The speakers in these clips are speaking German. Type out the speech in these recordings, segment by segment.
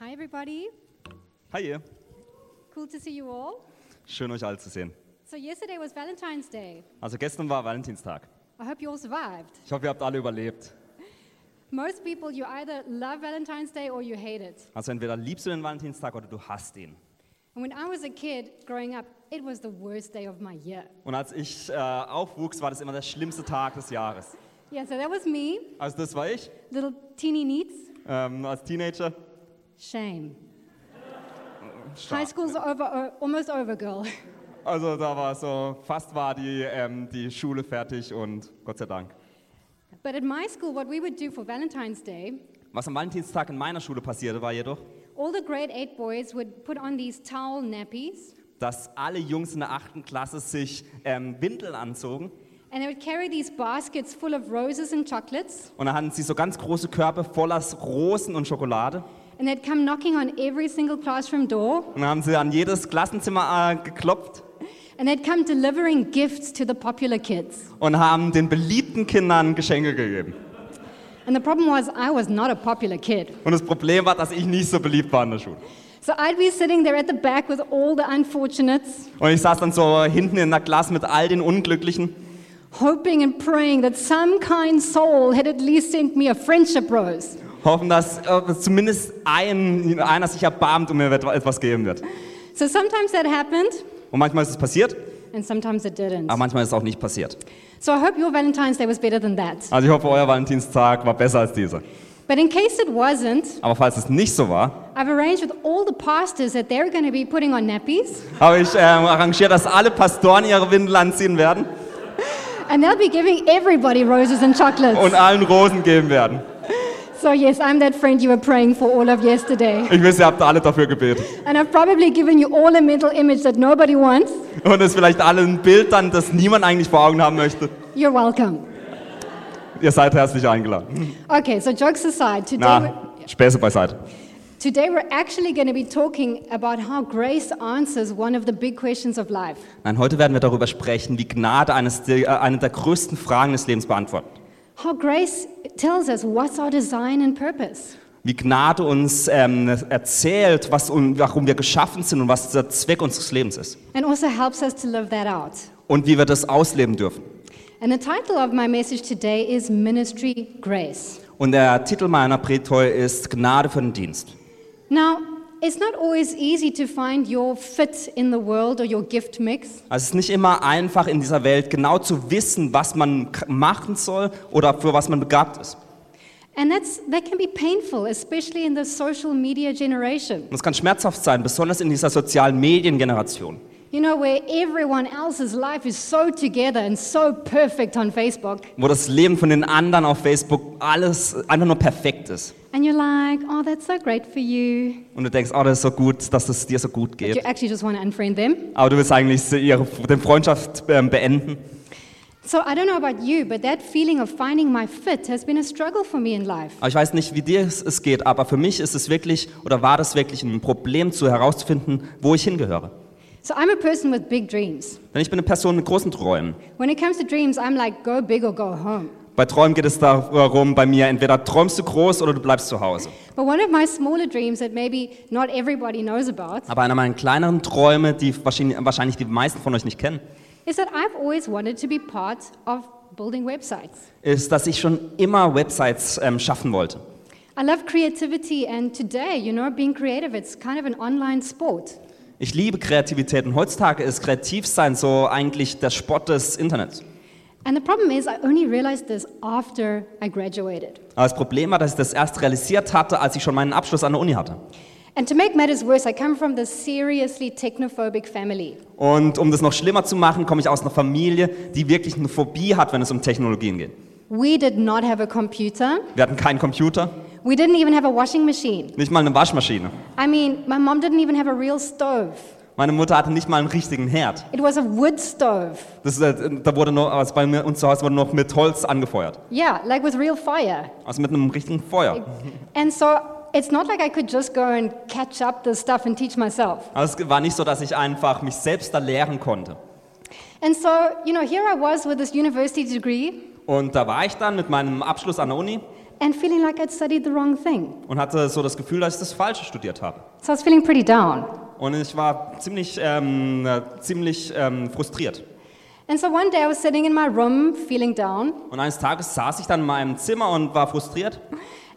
Hi, everybody. Hi ihr, Cool to see you all. schön euch alle zu sehen. So, yesterday was Valentine's Day. Also gestern war Valentinstag. I hope you all survived. Ich hoffe, ihr habt alle überlebt. Most people, you either love Valentine's Day or you hate it. Also entweder liebst du den Valentinstag oder du hasst ihn. And when I was a kid growing up, it was the worst day of my year. Und als ich äh, aufwuchs, war das immer der schlimmste Tag des Jahres. Yeah, so that was me, Also das war ich little teeny neats. ähm, als Teenager. Shame. High Stark. school's over, o- almost over, girl. Also da war so, fast war die, ähm, die Schule fertig und Gott sei Dank. But at my school, what we would do for Valentine's Day, Was am Valentinstag in meiner Schule passierte, war jedoch, all the grade eight boys would put on these towel nappies dass alle Jungs in der 8. Klasse sich ähm, Windeln anzogen and they would carry these baskets full of roses and chocolates. und da hatten sie so ganz große Körbe voller Rosen und Schokolade. And they'd come knocking on every single classroom door, Und dann haben sie an jedes Klassenzimmer äh, geklopft and they'd come delivering gifts to the popular kids. und haben den beliebten Kindern Geschenke gegeben. And the problem was, I was not a popular kid. Und das Problem war, dass ich nicht so beliebt war in der Schule. So I'd be sitting there at the back with all the unfortunates, Und ich saß dann so hinten in der Klasse mit all den Unglücklichen hoping and praying that some kind soul had at least sent me a friendship rose. hoffen, dass äh, zumindest ein, einer sich erbarmt und mir etwa- etwas geben wird. So sometimes that happened, Und manchmal ist es passiert, and sometimes it didn't. aber manchmal ist es auch nicht passiert. So I hope your Valentine's Day was better than that. Also ich hoffe, euer Valentinstag war besser als dieser. But in case it wasn't, Aber falls es nicht so war, I've arranged with all the pastors that they're going to be putting on nappies, habe ich ähm, arrangiert, dass alle Pastoren ihre Windeln anziehen werden and they'll be giving everybody roses and chocolates. und allen Rosen geben werden. So, yes, I'm that friend you were praying for all of yesterday. Ich wüsste, ihr habt alle dafür gebetet. And I've probably given you all a mental image that nobody wants. Und es vielleicht alle ein Bild dann, das niemand eigentlich vor Augen haben möchte. You're welcome. Ihr seid herzlich eingeladen. Okay, so jokes aside, today, we're, Na, Späße beiseite. today we're actually going to be talking about how grace answers one of the big questions of life. Nein, heute werden wir darüber sprechen, wie Gnade eines der, äh, eine der größten Fragen des Lebens beantwortet. How grace tells us what's our design and purpose. Wie Gnade uns ähm, erzählt, was und warum wir geschaffen sind und was der Zweck unseres Lebens ist. And also helps us to live that out. Und wie wir das ausleben dürfen. And the title of my message today is Ministry Grace. Und der Titel meiner Predigt heute ist Gnade für den Dienst. Now, it's not always easy to find your fit in the world or your gift mix. Also es ist nicht immer einfach in dieser Welt genau zu wissen, was man k- machen soll oder für was man begabt ist. And that's, that can be painful, especially in the social media generation, Und es kann schmerzhaft sein, besonders in dieser sozialen Mediengeneration, you know, where everyone else's life is so together and so perfect on Facebook. wo das Leben von den anderen auf Facebook alles einfach nur perfekt ist. And you're like, oh, that's so great for you. Und du denkst, oh, das ist so gut, dass es dir so gut But you geht. actually just want to unfriend them. Aber du willst eigentlich so ihre den Freundschaft ähm, beenden. So I don't know about you, but that feeling of finding my fit has been a struggle for me in life. Aber ich weiß nicht, wie dir es- es geht, aber für mich ist es wirklich oder war das wirklich ein Problem, zu herauszufinden, wo ich hingehöre. So I'm a person with big dreams. Denn ich bin eine Person mit großen Träumen. When it comes to dreams, I'm like, go big or go home. Bei Träumen geht es darum, bei mir entweder träumst du groß oder du bleibst zu Hause. But one of my smaller dreams that maybe not everybody knows about Aber einer meiner kleineren Träume, die wahrscheinlich wahrscheinlich die meisten von euch nicht kennen, is that I've always wanted to be part of building websites. ist, dass ich schon immer Websites ähm, schaffen wollte. I love creativity, and today, you know, being creative, it's kind of an online sport. Ich liebe Kreativität und heutzutage ist Kreativsein so eigentlich der Sport des Internets. And the problem is, I only realized this after I graduated. Aber das Problem war, dass ich das erst realisiert hatte, als ich schon meinen Abschluss an der Uni hatte. And to make matters worse, I come from this seriously technophobic family. Und um das noch schlimmer zu machen, komme ich aus einer Familie, die wirklich eine Phobie hat, wenn es um Technologien geht. We did not have a computer, Wir hatten keinen Computer, we didn't even have a washing machine. nicht mal eine Waschmaschine. I mean, my mom didn't even have a real stove, Meine Mutter hatte nicht mal einen richtigen Herd. it was a wood stove. Das, äh, da wurde noch, also bei mir, uns zu Hause wurde noch mit Holz angefeuert. Yeah, like with real fire. Also mit einem richtigen Feuer. And so it's not like I could just go and catch up this stuff and teach myself. Also es war nicht so, dass ich einfach mich selbst da lehren konnte. And so, you know, here I was with this university degree. Und da war ich dann mit meinem Abschluss an der Uni and feeling like I'd studied the wrong thing. und hatte so das Gefühl, dass ich das Falsche studiert habe. So I was feeling pretty down. Und ich war ziemlich, ähm, äh, ziemlich ähm, frustriert. And so one day I was sitting in my room feeling down, Und eines Tages saß ich dann in meinem Zimmer und war frustriert.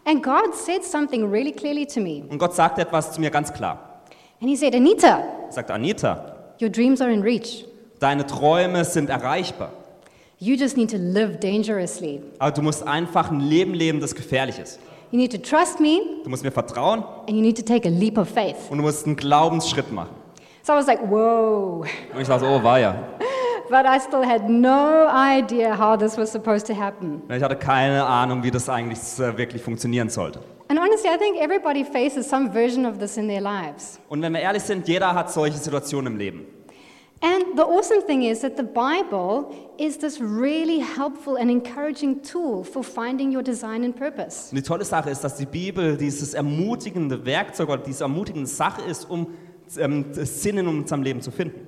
and God said something really clearly to me. Und Gott sagte etwas zu mir ganz klar. And He said, Anita, Er sagte, Anita, your dreams are in reach. deine Träume sind erreichbar. You just need to live dangerously. Aber du musst einfach ein Leben leben, das gefährlich ist. You need to trust me Du musst mir vertrauen and you need to take a leap of faith. und du musst einen Glaubensschritt machen. So I was like, whoa. Und ich dachte, so, oh, war ja. But I still had no idea how this was supposed to happen. Ich hatte keine Ahnung, wie das eigentlich äh, wirklich funktionieren sollte. And honestly, I think everybody faces some version of this in their lives. Und wenn wir ehrlich sind, jeder hat solche Situationen im Leben. And the awesome thing is that the Bible is this really helpful and encouraging tool for finding your design and purpose. Und die tolle Sache ist, dass die Bibel dieses ermutigende Werkzeug oder diese ermutigende Sache ist, um ähm, das Sinn in unserem Leben zu finden.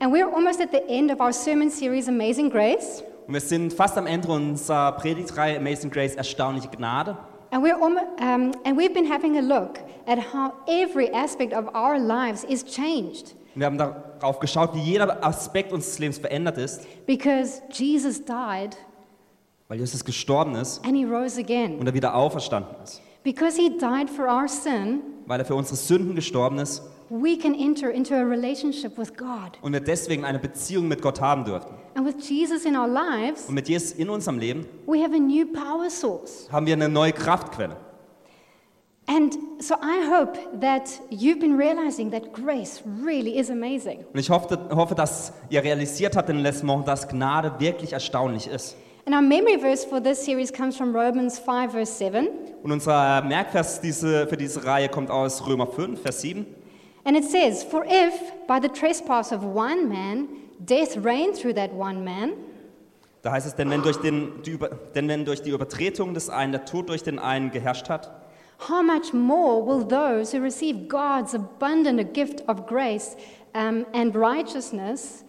And we're almost at the end of our sermon series, Amazing Grace. Und wir sind fast am Ende unserer Predigtreihe Amazing Grace, erstaunliche Gnade. And, we're almo- um, and we've been having a look at how every aspect of our lives is changed Und wir haben darauf geschaut, wie jeder Aspekt unseres Lebens verändert ist, because Jesus died weil Jesus gestorben ist and he rose und again. er wieder auferstanden ist. Because he died for our sin, Weil er für unsere Sünden gestorben ist we can enter into a relationship with God. und wir deswegen eine Beziehung mit Gott haben dürfen. And with Jesus in our lives, Und mit Jesus in unserem Leben we have a new power source. haben wir eine neue Kraftquelle. And so I hope that you've been realizing that grace really is amazing. Und ich hoffe, hoffe, dass ihr realisiert habt in den letzten Wochen, dass Gnade wirklich erstaunlich ist. And our memory verse for this series comes from Romans 5, verse 7. Und unser Merkvers diese, für diese Reihe kommt aus Römer 5, Vers 7. And it says, For if by the trespass of one man death reigned through that one man, Da heißt es, denn wenn, durch den, die Über, denn wenn durch die Übertretung des einen der Tod durch den einen geherrscht hat, how much more will those who receive God's abundant gift of grace um, and righteousness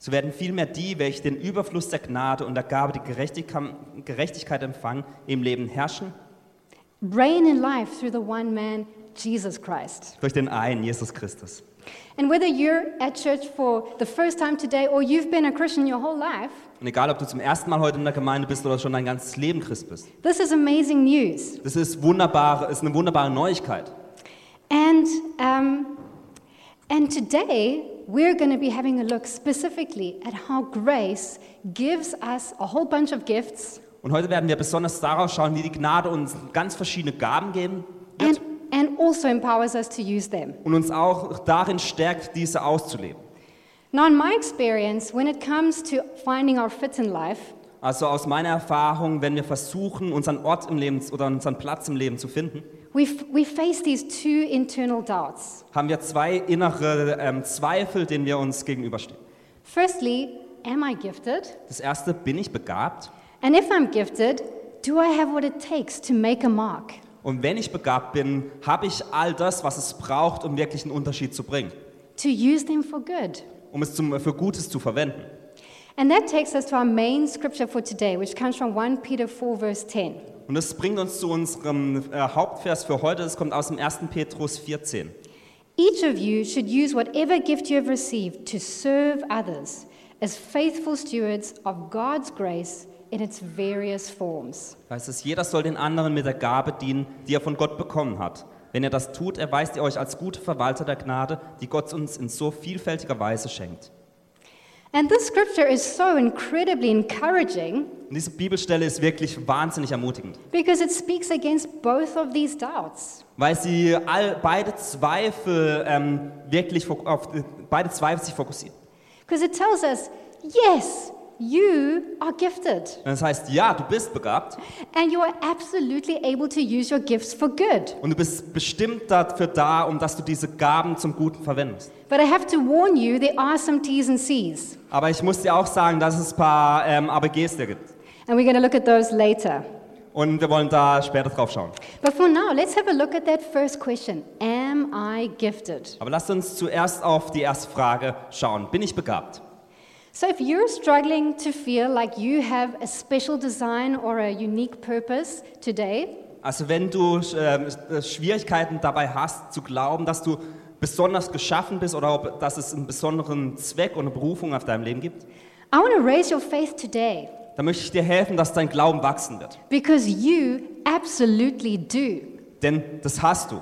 so werden vielmehr die, welche den Überfluss der Gnade und der Gabe die Gerechtigkeit, Gerechtigkeit empfangen, im Leben herrschen, reign in life through the one man, Jesus Christ? durch den einen, Jesus Christus. And whether you're at church for the first time today or you've been a Christian your whole life, Und egal, ob du zum ersten Mal heute in der Gemeinde bist oder schon dein ganzes Leben Christ bist, this is amazing news. das ist, wunderbare, ist eine wunderbare Neuigkeit. And, um, and today, we're going to be having a look specifically at how grace gives us a whole bunch of gifts Und heute werden wir besonders darauf schauen, wie die Gnade uns ganz verschiedene Gaben geben and, wird and also empowers us to use them. und uns auch darin stärkt, diese auszuleben. Now, in my experience, when it comes to finding our fit in life, Also aus meiner Erfahrung, wenn wir versuchen, unseren Ort im Leben oder unseren Platz im Leben zu finden, we, f- we face these two internal doubts. haben wir zwei innere ähm, Zweifel, denen wir uns gegenüberstehen. Firstly, am I gifted? Das erste, bin ich begabt? And if I'm gifted, do I have what it takes to make a mark? Und wenn ich begabt bin, habe ich all das, was es braucht, um wirklich einen Unterschied zu bringen, To use them for good? um es zum, für Gutes zu verwenden. And that takes us to our main scripture for today, which comes from 1 Peter 4, verse 10. Und das bringt uns zu unserem äh, Hauptvers für heute, das kommt aus dem 1. Petrus 14. Each of you should use whatever gift you have received to serve others as faithful stewards of God's grace in its various forms. Da heißt es, jeder soll den anderen mit der Gabe dienen, die er von Gott bekommen hat. Wenn ihr das tut, erweist ihr euch als gute Verwalter der Gnade, die Gott uns in so vielfältiger Weise schenkt. And this scripture is so incredibly encouraging Und diese Bibelstelle ist wirklich wahnsinnig ermutigend, because it speaks against both of these doubts. weil sie all, beide Zweifel ähm, wirklich fok- auf äh, beide Zweifel sich fokussieren. Because it tells us, yes, you are gifted. Und Das heißt, ja, du bist begabt And you are absolutely able to use your gifts for good. und du bist bestimmt dafür da, um dass du diese Gaben zum Guten verwendest. But I have to warn you, there are some T's and C's. Aber ich muss dir auch sagen, dass es ein paar ähm, ABGs da gibt. And we're going to look at those later. Und wir wollen da später drauf schauen. But for now, let's have a look at that first question Am I gifted? Aber lasst uns zuerst auf die erste Frage schauen. Bin ich begabt? So, if you're struggling to feel like you have a special design or a unique purpose today, Also wenn du ähm, Schwierigkeiten dabei hast, zu glauben, dass du besonders geschaffen bist oder ob, dass es einen besonderen Zweck und eine Berufung auf deinem Leben gibt, I want to raise your faith today dann möchte ich dir helfen, dass dein Glauben wachsen wird. because you absolutely do. Denn das hast du.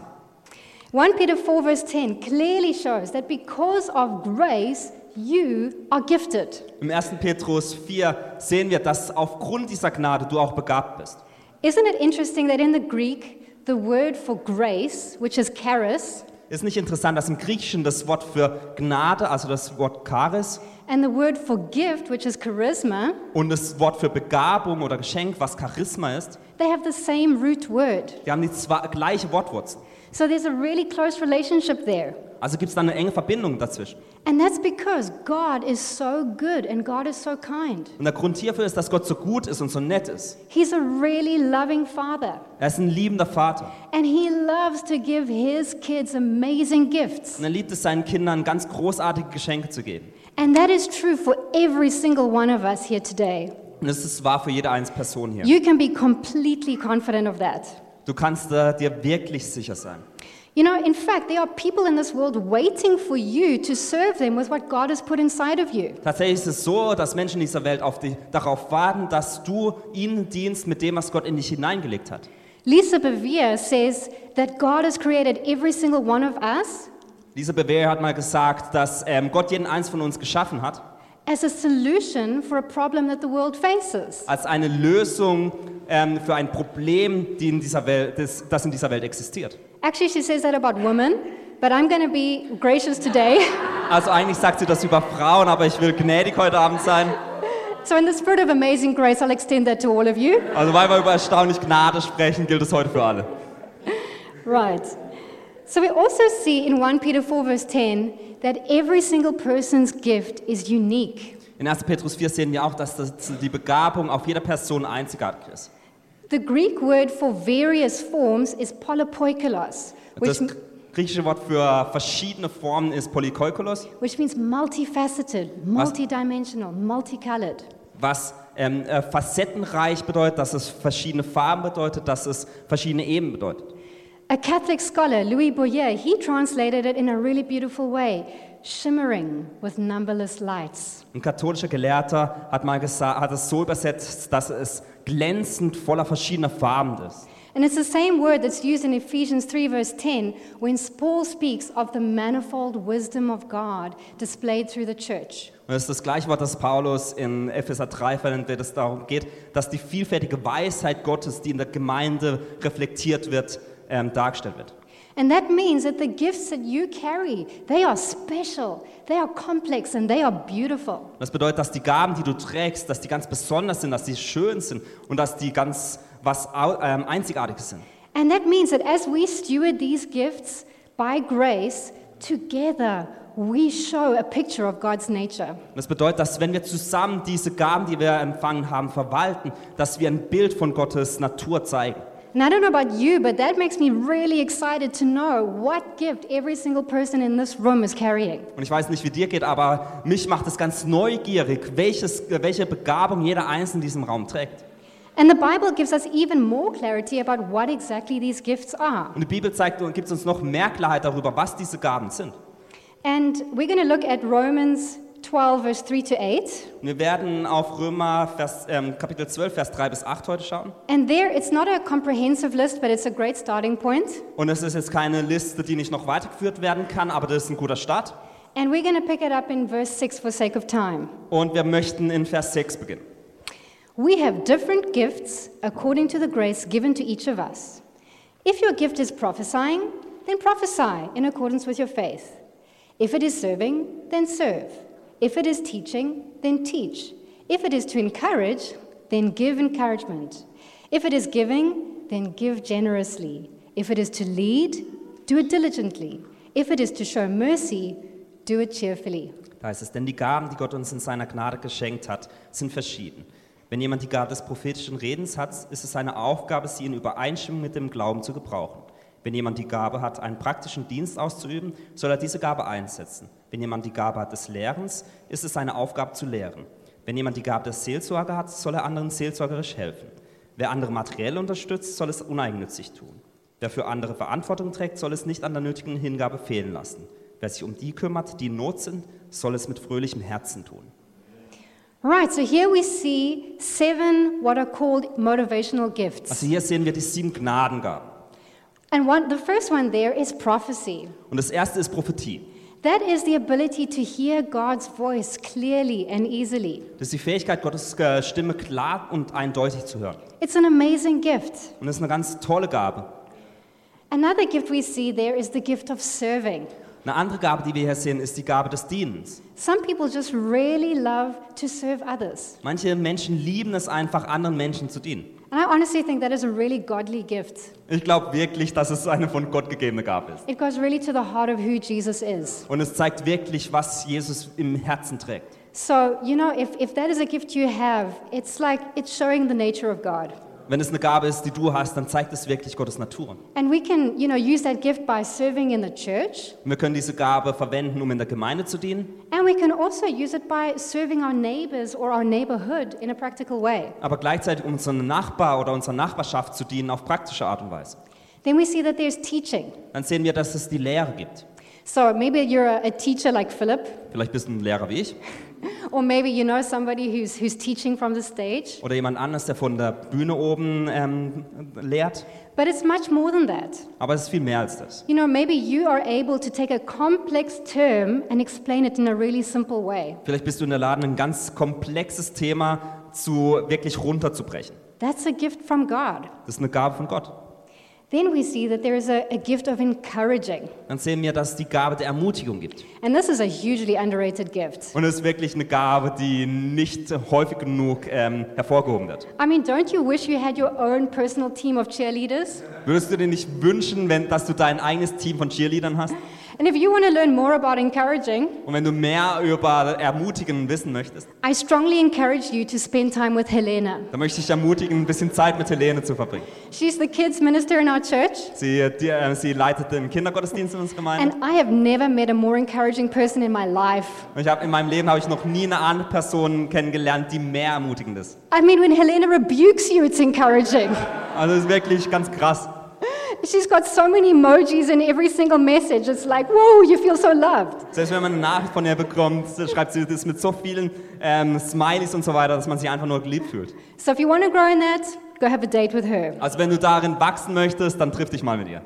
1 Peter 4, verse 10 clearly shows that because of grace, you are gifted. Im 1. Petrus 4 sehen wir, dass aufgrund dieser Gnade du auch begabt bist. Isn't it interesting that in the Greek, the word for grace, which is charis, Ist nicht interessant, dass im Griechischen das Wort für Gnade, also das Wort Charis, and the word for gift, which is charisma, und das Wort für Begabung oder Geschenk, was Charisma ist, they have the same root word. die haben die zwei, gleiche Wortwurzel. So there's a really close relationship there. Also gibt es da eine enge Verbindung dazwischen. And that's because God is so good and God is so kind. Und der Grund hierfür ist, dass Gott so gut ist und so nett ist. He's a really loving father, Er ist ein liebender Vater. and He loves to give His kids amazing gifts. Und er liebt es, seinen Kindern ganz großartige Geschenke zu geben. And that is true for every single one of us here today. Und das ist wahr für jede einzelne Person hier. You can be completely confident of that. Du kannst äh, dir wirklich sicher sein. You know, in fact, there are people in this world waiting for you to serve them with what God has put inside of you. Tatsächlich ist es so, dass Menschen dieser Welt auf die, darauf warten, dass du ihnen dienst mit dem, was Gott in dich hineingelegt hat. Lisa Bevere says that God has created every single one of us Lisa Bewehr hat mal gesagt, dass ähm, Gott jeden eins von uns geschaffen hat, as a solution for a problem that the world faces. als eine Lösung ähm, für ein Problem, die in dieser Welt, das, das in dieser Welt existiert. Actually, she says that about women, but I'm going to be gracious today. Also eigentlich sagt sie das über Frauen, aber ich will gnädig heute Abend sein. so, in the spirit of amazing grace, I'll extend that to all of you. Also weil wir über erstaunlich Gnade sprechen, gilt es heute für alle. Right. So, we also see in 1 Peter 4, verse 10, that every single person's gift is unique. In 1. Petrus 4 sehen wir auch, dass das, die Begabung auf jeder Person einzigartig ist. The Greek word for various forms is polypoikolos, Und which, das griechische Wort für verschiedene Formen ist Polykoikolos, which means multifaceted, multidimensional, multicolored. was ähm, äh, facettenreich bedeutet, dass es verschiedene Farben bedeutet, dass es verschiedene Ebenen bedeutet. A Catholic scholar, Louis Boyer, he translated it in a really beautiful way shimmering with numberless lights. Ein katholischer Gelehrter hat mal gesagt, hat es so übersetzt, dass es glänzend voller verschiedener Farben ist. And it's the same word that's used in Ephesians 3, verse 10, when Paul speaks of the manifold wisdom of God displayed through the church. Und das ist das gleiche Wort, das Paulus in Epheser 3 verwendet, wenn es darum geht, dass die vielfältige Weisheit Gottes, die in der Gemeinde reflektiert wird, ähm, dargestellt wird. And that means that the gifts that you carry, they are special, they are complex, and they are beautiful. Das bedeutet, dass die Gaben, die du trägst, dass die ganz besonders sind, dass die schön sind und dass die ganz was au- ähm, Einzigartiges sind. And that means that as we steward these gifts by grace, together we show a picture of God's nature. Und das bedeutet, dass wenn wir zusammen diese Gaben, die wir empfangen haben, verwalten, dass wir ein Bild von Gottes Natur zeigen. And I don't know about you, but that makes me really excited to know what gift every single person in this room is carrying. Und ich weiß nicht, wie dir geht, aber mich macht es ganz neugierig, welches, welche Begabung jeder Einzelne in diesem Raum trägt. And the Bible gives us even more clarity about what exactly these gifts are. Und die Bibel zeigt und gibt uns noch mehr Klarheit darüber, was diese Gaben sind. And we're going to look at Romans 12, verse 3 to 8. Und wir werden auf Römer Vers, ähm, Kapitel 12, Vers 3 bis 8 heute schauen. And there, it's not a comprehensive list, but it's a great starting point. Und es ist jetzt keine Liste, die nicht noch weitergeführt werden kann, aber das ist ein guter Start. And we're going to pick it up in verse 6 for sake of time. Und wir möchten in Vers 6 beginnen. We have different gifts according to the grace given to each of us. If your gift is prophesying, then prophesy in accordance with your faith. If it is serving, then serve. If it is teaching, then teach. If it is to encourage, then give encouragement. If it is giving, then give generously. If it is to lead, do it diligently. If it is to show mercy, do it cheerfully. Da heißt es, denn die Gaben, die Gott uns in seiner Gnade geschenkt hat, sind verschieden. Wenn jemand die Gabe des prophetischen Redens hat, ist es seine Aufgabe, sie in Übereinstimmung mit dem Glauben zu gebrauchen. Wenn jemand die Gabe hat, einen praktischen Dienst auszuüben, soll er diese Gabe einsetzen. Wenn jemand die Gabe hat des Lehrens, ist es seine Aufgabe zu lehren. Wenn jemand die Gabe der Seelsorge hat, soll er anderen seelsorgerisch helfen. Wer andere materiell unterstützt, soll es uneigennützig tun. Wer für andere Verantwortung trägt, soll es nicht an der nötigen Hingabe fehlen lassen. Wer sich um die kümmert, die in Not sind, soll es mit fröhlichem Herzen tun. Right, so here we see seven what are called motivational gifts. Also hier sehen wir die sieben Gnadengaben. And one, the first one there is prophecy. Und das erste ist Prophetie. That is the ability to hear God's voice clearly and easily. Das ist die Fähigkeit, Gottes äh, Stimme klar und eindeutig zu hören. It's an amazing gift. Und das ist eine ganz tolle Gabe. Another gift we see there is the gift of serving. Eine andere Gabe, die wir hier sehen, ist die Gabe des Dienens. Some people just really love to serve others. Manche Menschen lieben es einfach, anderen Menschen zu dienen. And I honestly think that is a really godly gift. Ich glaube wirklich, dass es eine von Gott gegebene Gabe ist. It goes really to the heart of who Jesus is. Und es zeigt wirklich, was Jesus im Herzen trägt. So, you know, if, if that is a gift you have, it's like it's showing the nature of God. Wenn es eine Gabe ist, die du hast, dann zeigt es wirklich Gottes Natur. Und And we can, you know, use that gift by serving in the church. wir können diese Gabe verwenden, um in der Gemeinde zu dienen. And we can also use it by serving our neighbors or our neighborhood in a practical way. aber gleichzeitig um unseren Nachbar oder unserer Nachbarschaft zu dienen auf praktische Art und Weise. Then we see that there's teaching. Dann sehen wir, dass es die Lehre gibt. So maybe you're a, a teacher like Philip, Vielleicht bist du ein Lehrer wie ich or maybe you know somebody who's, who's teaching from the stage. oder jemand anderes, der von der Bühne oben ähm, lehrt. But it's much more than that. Aber es ist viel mehr als das. You know, maybe you are able to take a complex term and explain it in a really simple way. Vielleicht bist du in der Lage, ein ganz komplexes Thema zu wirklich runterzubrechen. That's a gift from God. Das ist eine Gabe von Gott. Then we see that there is a, a gift of encouraging. Dann sehen wir, dass es die Gabe der Ermutigung gibt. And this is a hugely underrated gift. Und es ist wirklich eine Gabe, die nicht häufig genug ähm, hervorgehoben wird. I mean, don't you wish you had your own personal team of cheerleaders? Würdest du dir nicht wünschen, wenn, dass du dein eigenes Team von Cheerleadern hast? And if you want to learn more about encouraging, Und wenn du mehr über Ermutigen wissen möchtest, I strongly encourage you to spend time with Helena. dann möchte ich dich ermutigen, ein bisschen Zeit mit Helene zu verbringen. She's the kids' minister in our church, Sie, die, äh, sie leitet den Kindergottesdienst in unserer Gemeinde. and I have never met a more encouraging person in my life. Und ich hab, in meinem Leben habe ich noch nie eine andere Person kennengelernt, die mehr ermutigend ist. I mean, when Helena rebukes you, it's encouraging. Also es ist wirklich ganz krass. She's got so many emojis in every single message. It's like, whoa, you feel so loved. Selbst wenn man eine Nachricht von ihr bekommt, so schreibt sie das mit so vielen ähm, Smileys und so weiter, dass man sich einfach nur geliebt fühlt. So if you want to grow in that, go have a date with her. Also wenn du darin wachsen möchtest, dann triff dich mal mit ihr.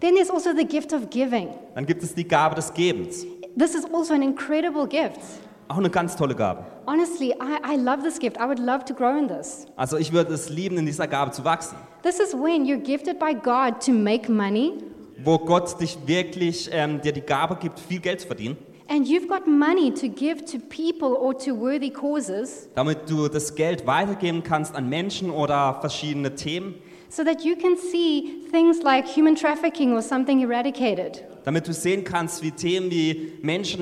Then there's also the gift of giving. Dann gibt es die Gabe des Gebens. This is also an incredible gift. Auch eine ganz tolle Gabe. Honestly, I, I love this gift. I would love to grow in this. Also ich würde es lieben, in dieser Gabe zu wachsen. This is when you're gifted by God to make money, wo Gott dich wirklich ähm, dir die Gabe gibt, viel Geld zu verdienen, and you've got money to give to people or to worthy causes, damit du das Geld weitergeben kannst an Menschen oder verschiedene Themen, so that you can see things like human trafficking or something eradicated. damit du sehen kannst, wie Themen wie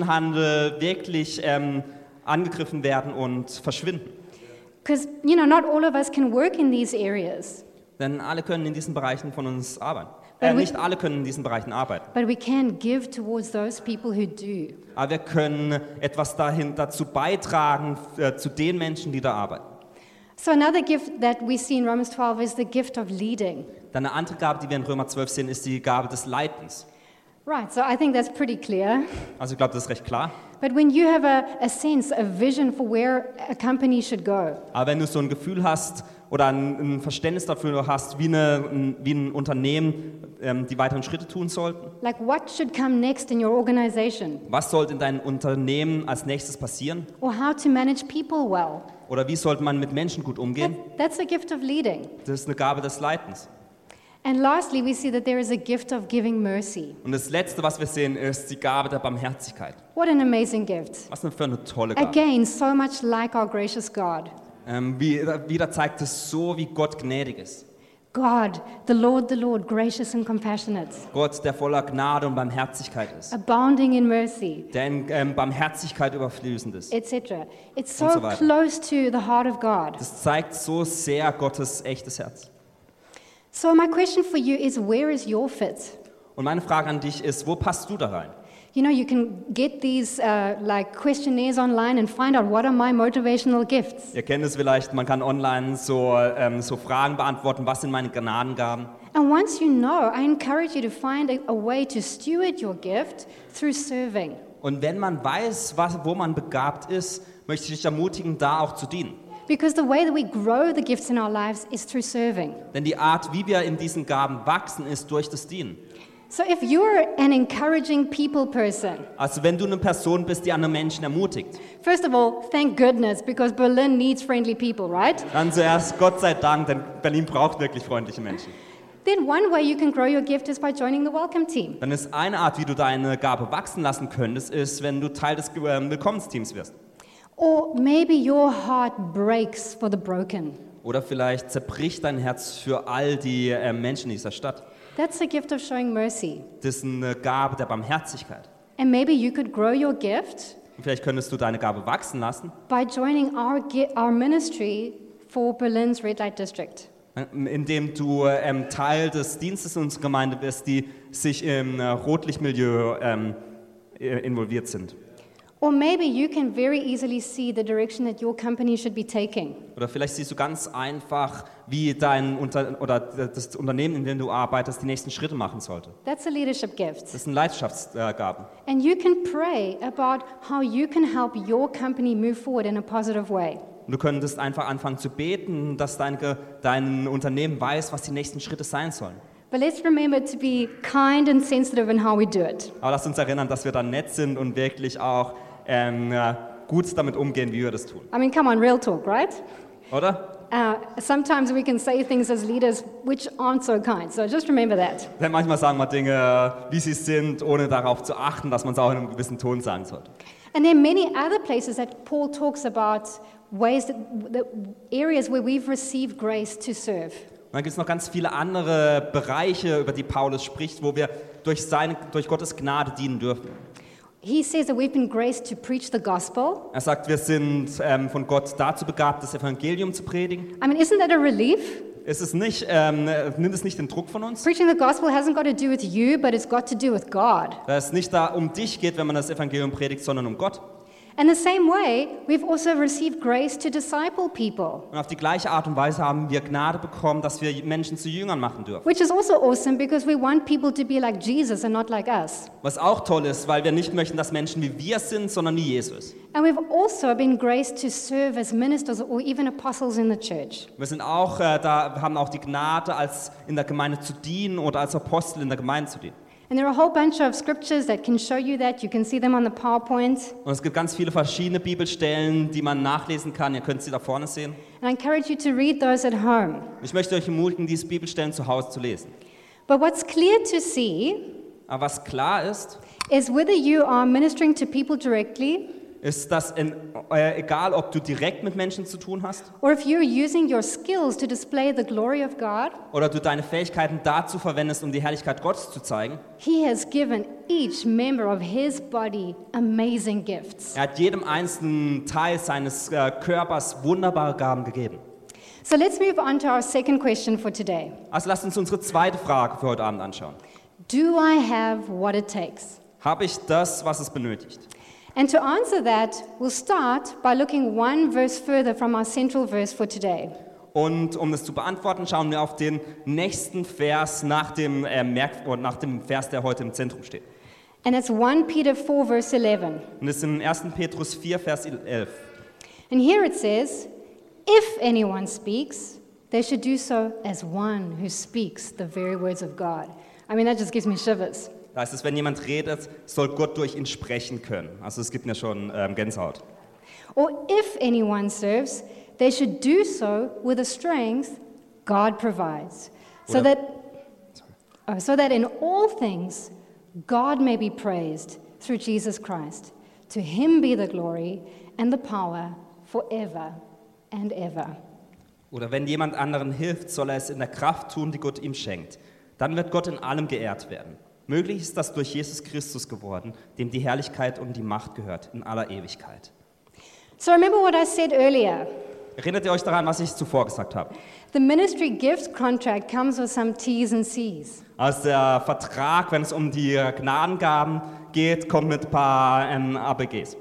Menschenhandel wirklich ähm, angegriffen werden und verschwinden. Because, you know, not all of us can work in these areas, Denn alle können in diesen Bereichen von uns arbeiten. Wenn Äh, wir- nicht alle können in diesen Bereichen arbeiten, but we can give towards those people who do. aber wir können etwas dahin dazu beitragen äh, zu den Menschen, die da arbeiten. So, another gift that we see in Romans 12 is the gift of leading. Dann eine andere Gabe, die wir in Römer 12 sehen, ist die Gabe des Leitens. Right, so I think that's pretty clear. Also ich glaube, das ist recht klar. But when you have a, a sense, a vision for where a company should go, Aber wenn du so ein Gefühl hast oder ein ein Verständnis dafür hast, wie, eine, ein- wie ein Unternehmen ähm, die weiteren Schritte tun sollten, Like what should come next in your organization? was sollte in deinem Unternehmen als nächstes passieren Or how to manage people well? oder wie sollte man mit Menschen gut umgehen, That- that's a gift of leading. das ist eine Gabe des Leitens. And lastly, we see that there is a gift of giving mercy. Und das Letzte, was wir sehen, ist die Gabe der Barmherzigkeit. What an amazing gift. Was denn für eine tolle Gabe. Again, so much like our gracious God. Ähm, wie, wieder zeigt es so, wie Gott gnädig ist. God, the Lord, the Lord, gracious and compassionate, Gott, der voller Gnade und Barmherzigkeit ist, abounding in mercy, der in ähm, Barmherzigkeit überfließend ist. etc. It's Und so so weiter. close to the heart of God. Das zeigt so sehr Gottes echtes Herz. So, my question for you is where is your fit? Und meine Frage an dich ist, wo passt du da rein? You know, you can get these uh, like questionnaires online and find out what are my motivational gifts. Ihr kennt es vielleicht, man kann online so, ähm, so Fragen beantworten, was sind meine Gnadengaben? And once you know, I encourage you to find a, a way to steward your gift through serving. Und wenn man weiß, was, wo man begabt ist, möchte ich dich ermutigen, da auch zu dienen. Because the way that we grow the gifts in our lives is through serving. Denn die Art, wie wir in diesen Gaben wachsen, ist durch das Dienen. So, if you're an encouraging people person, Also wenn du eine Person bist, die andere Menschen ermutigt, first of all, thank goodness, because Berlin needs friendly people, right? dann zuerst Gott sei Dank, denn Berlin braucht wirklich freundliche Menschen. Then, one way you can grow your gift is by joining the welcome team. Dann ist eine Art, wie du deine Gabe wachsen lassen könntest, ist, wenn du Teil des ähm, Willkommensteams wirst. Or maybe your heart breaks for the broken. Oder vielleicht zerbricht dein Herz für all die äh, Menschen in dieser Stadt. That's the gift of showing mercy. Das ist eine Gabe der Barmherzigkeit. And maybe you could grow your gift Und vielleicht könntest du deine Gabe wachsen lassen, by joining our, gi- our ministry for Berlin's Red Light District. äh, indem du ähm, Teil des Dienstes in unserer Gemeinde bist, die sich im äh, Rotlichtmilieu ähm, äh, involviert sind. Or maybe you can very easily see the direction that your company should be taking. Oder vielleicht siehst du ganz einfach, wie dein Unter oder das Unternehmen, in dem du arbeitest, die nächsten Schritte machen sollte. That's a leadership gift. Das sind Leidenschaftsgaben. And you can pray about how you can help your company move forward in a positive way. Und du könntest einfach anfangen zu beten, dass dein, Ge- dein Unternehmen weiß, was die nächsten Schritte sein sollen. But let's remember to be kind and sensitive in how we do it. Aber lass uns erinnern, dass wir da nett sind und wirklich auch ähm, äh, gut damit umgehen, wie wir das tun. I mean, come on, real talk, right? Oder? Uh, sometimes we can say things as leaders which aren't so kind, so just remember that. Denn manchmal sagen wir Dinge, wie sie sind, ohne darauf zu achten, dass man es auch in einem gewissen Ton sagen sollte. And there are many other places that Paul talks about ways that, that areas where we've received grace to serve. Und dann gibt es noch ganz viele andere Bereiche, über die Paulus spricht, wo wir durch, seine, durch Gottes Gnade dienen dürfen. He says that we've been graced to preach the gospel. Er sagt, wir sind ähm, von Gott dazu begabt, das Evangelium zu predigen. I mean, isn't that a relief? Es ist nicht, ähm, äh, nimmt es nicht den Druck von uns? Preaching the gospel hasn't got to do with you, but it's got to do with God. Dass es nicht da um dich geht, wenn man das Evangelium predigt, sondern um Gott. And the same way, we've also received grace to disciple people, Und auf die gleiche Art und Weise haben wir Gnade bekommen, dass wir Menschen zu Jüngern machen dürfen. which is also awesome because we want people to be like Jesus and not like us. Was auch toll ist, weil wir nicht möchten, dass Menschen wie wir sind, sondern wie Jesus. And we've also been graced to serve as ministers or even apostles in the church. Wir sind auch, äh, da haben auch die Gnade, als in der Gemeinde zu dienen oder als Apostel in der Gemeinde zu dienen. And there are a whole bunch of scriptures that can show you that. You can see them on the PowerPoint. Und es gibt ganz viele verschiedene Bibelstellen, die man nachlesen kann. Ihr könnt sie da vorne sehen. And I encourage you to read those at home. Ich möchte euch ermutigen, diese Bibelstellen zu Hause zu lesen. But what's clear to see Aber was klar ist, is whether you are ministering to people directly ist, dass in, äh, egal, ob du direkt mit Menschen zu tun hast or if you're using your skills to display the glory of God, oder du deine Fähigkeiten dazu verwendest, um die Herrlichkeit Gottes zu zeigen, He has given each member of His body amazing gifts. er hat jedem einzelnen Teil seines äh, Körpers wunderbare Gaben gegeben. So let's move on to our second question for today Also lasst uns unsere zweite Frage für heute Abend anschauen. Do I have what it takes? Habe ich das, was es benötigt? And to answer that, we'll start by looking one verse further from our central verse for today. Und um das zu beantworten, schauen wir auf den nächsten Vers nach dem, äh, Merk oder nach dem Vers, der heute im Zentrum steht. And it's 1 Peter 4, verse 11. Und das ist im 1. Petrus 4, Vers 11. And here it says, If anyone speaks, they should do so as one who speaks the very words of God. I mean, that just gives me shivers. Da heißt es, wenn jemand redet, soll Gott durch ihn sprechen können. Also es gibt mir schon ähm, Gänsehaut. Or if anyone serves, they should do so with the strength God provides, so Well- that, oh, so that in all things God may be praised through Jesus Christ. To him be the glory and the power forever and ever. Oder wenn jemand anderen hilft, soll er es in der Kraft tun, die Gott ihm schenkt. Dann wird Gott in allem geehrt werden. Möglich ist das durch Jesus Christus geworden, dem die Herrlichkeit und die Macht gehört in aller Ewigkeit. So remember what I said earlier. Erinnert ihr euch daran, was ich zuvor gesagt habe? The ministry gift contract comes with some T's and C's. Also der Vertrag, wenn es um die Gnadengaben geht, kommt mit ein paar ähm, ABGs.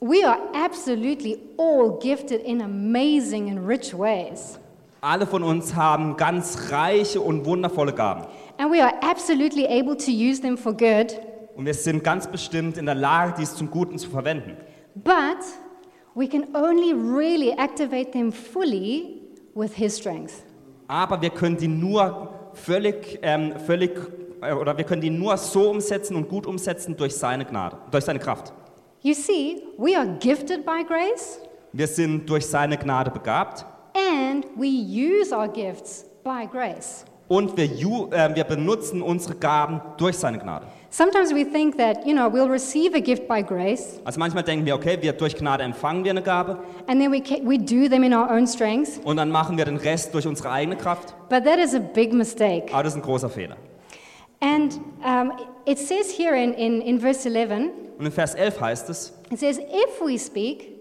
We are absolutely all gifted in amazing and rich ways. Alle von uns haben ganz reiche und wundervolle Gaben. And we are absolutely able to use them for good, Und wir sind ganz bestimmt in der Lage, dies zum Guten zu verwenden. but we can only really activate them fully with His strength. Aber wir können die nur völlig, ähm, völlig äh, oder wir können die nur so umsetzen und gut umsetzen durch seine Gnade, durch seine Kraft. You see, we are gifted by grace Wir sind durch seine Gnade begabt and we use our gifts by grace. und wir, ju äh, wir benutzen unsere Gaben durch seine Gnade. Sometimes we think that, you know, we'll receive a gift by grace Also manchmal denken wir, okay, wir durch Gnade empfangen wir eine Gabe and then we, ca- we do them in our own strength, und dann machen wir den Rest durch unsere eigene Kraft. but that is a big mistake. Aber das ist ein großer Fehler. And um, it says here in, in, in verse 11, Und in Vers 11 heißt es, it says, if we speak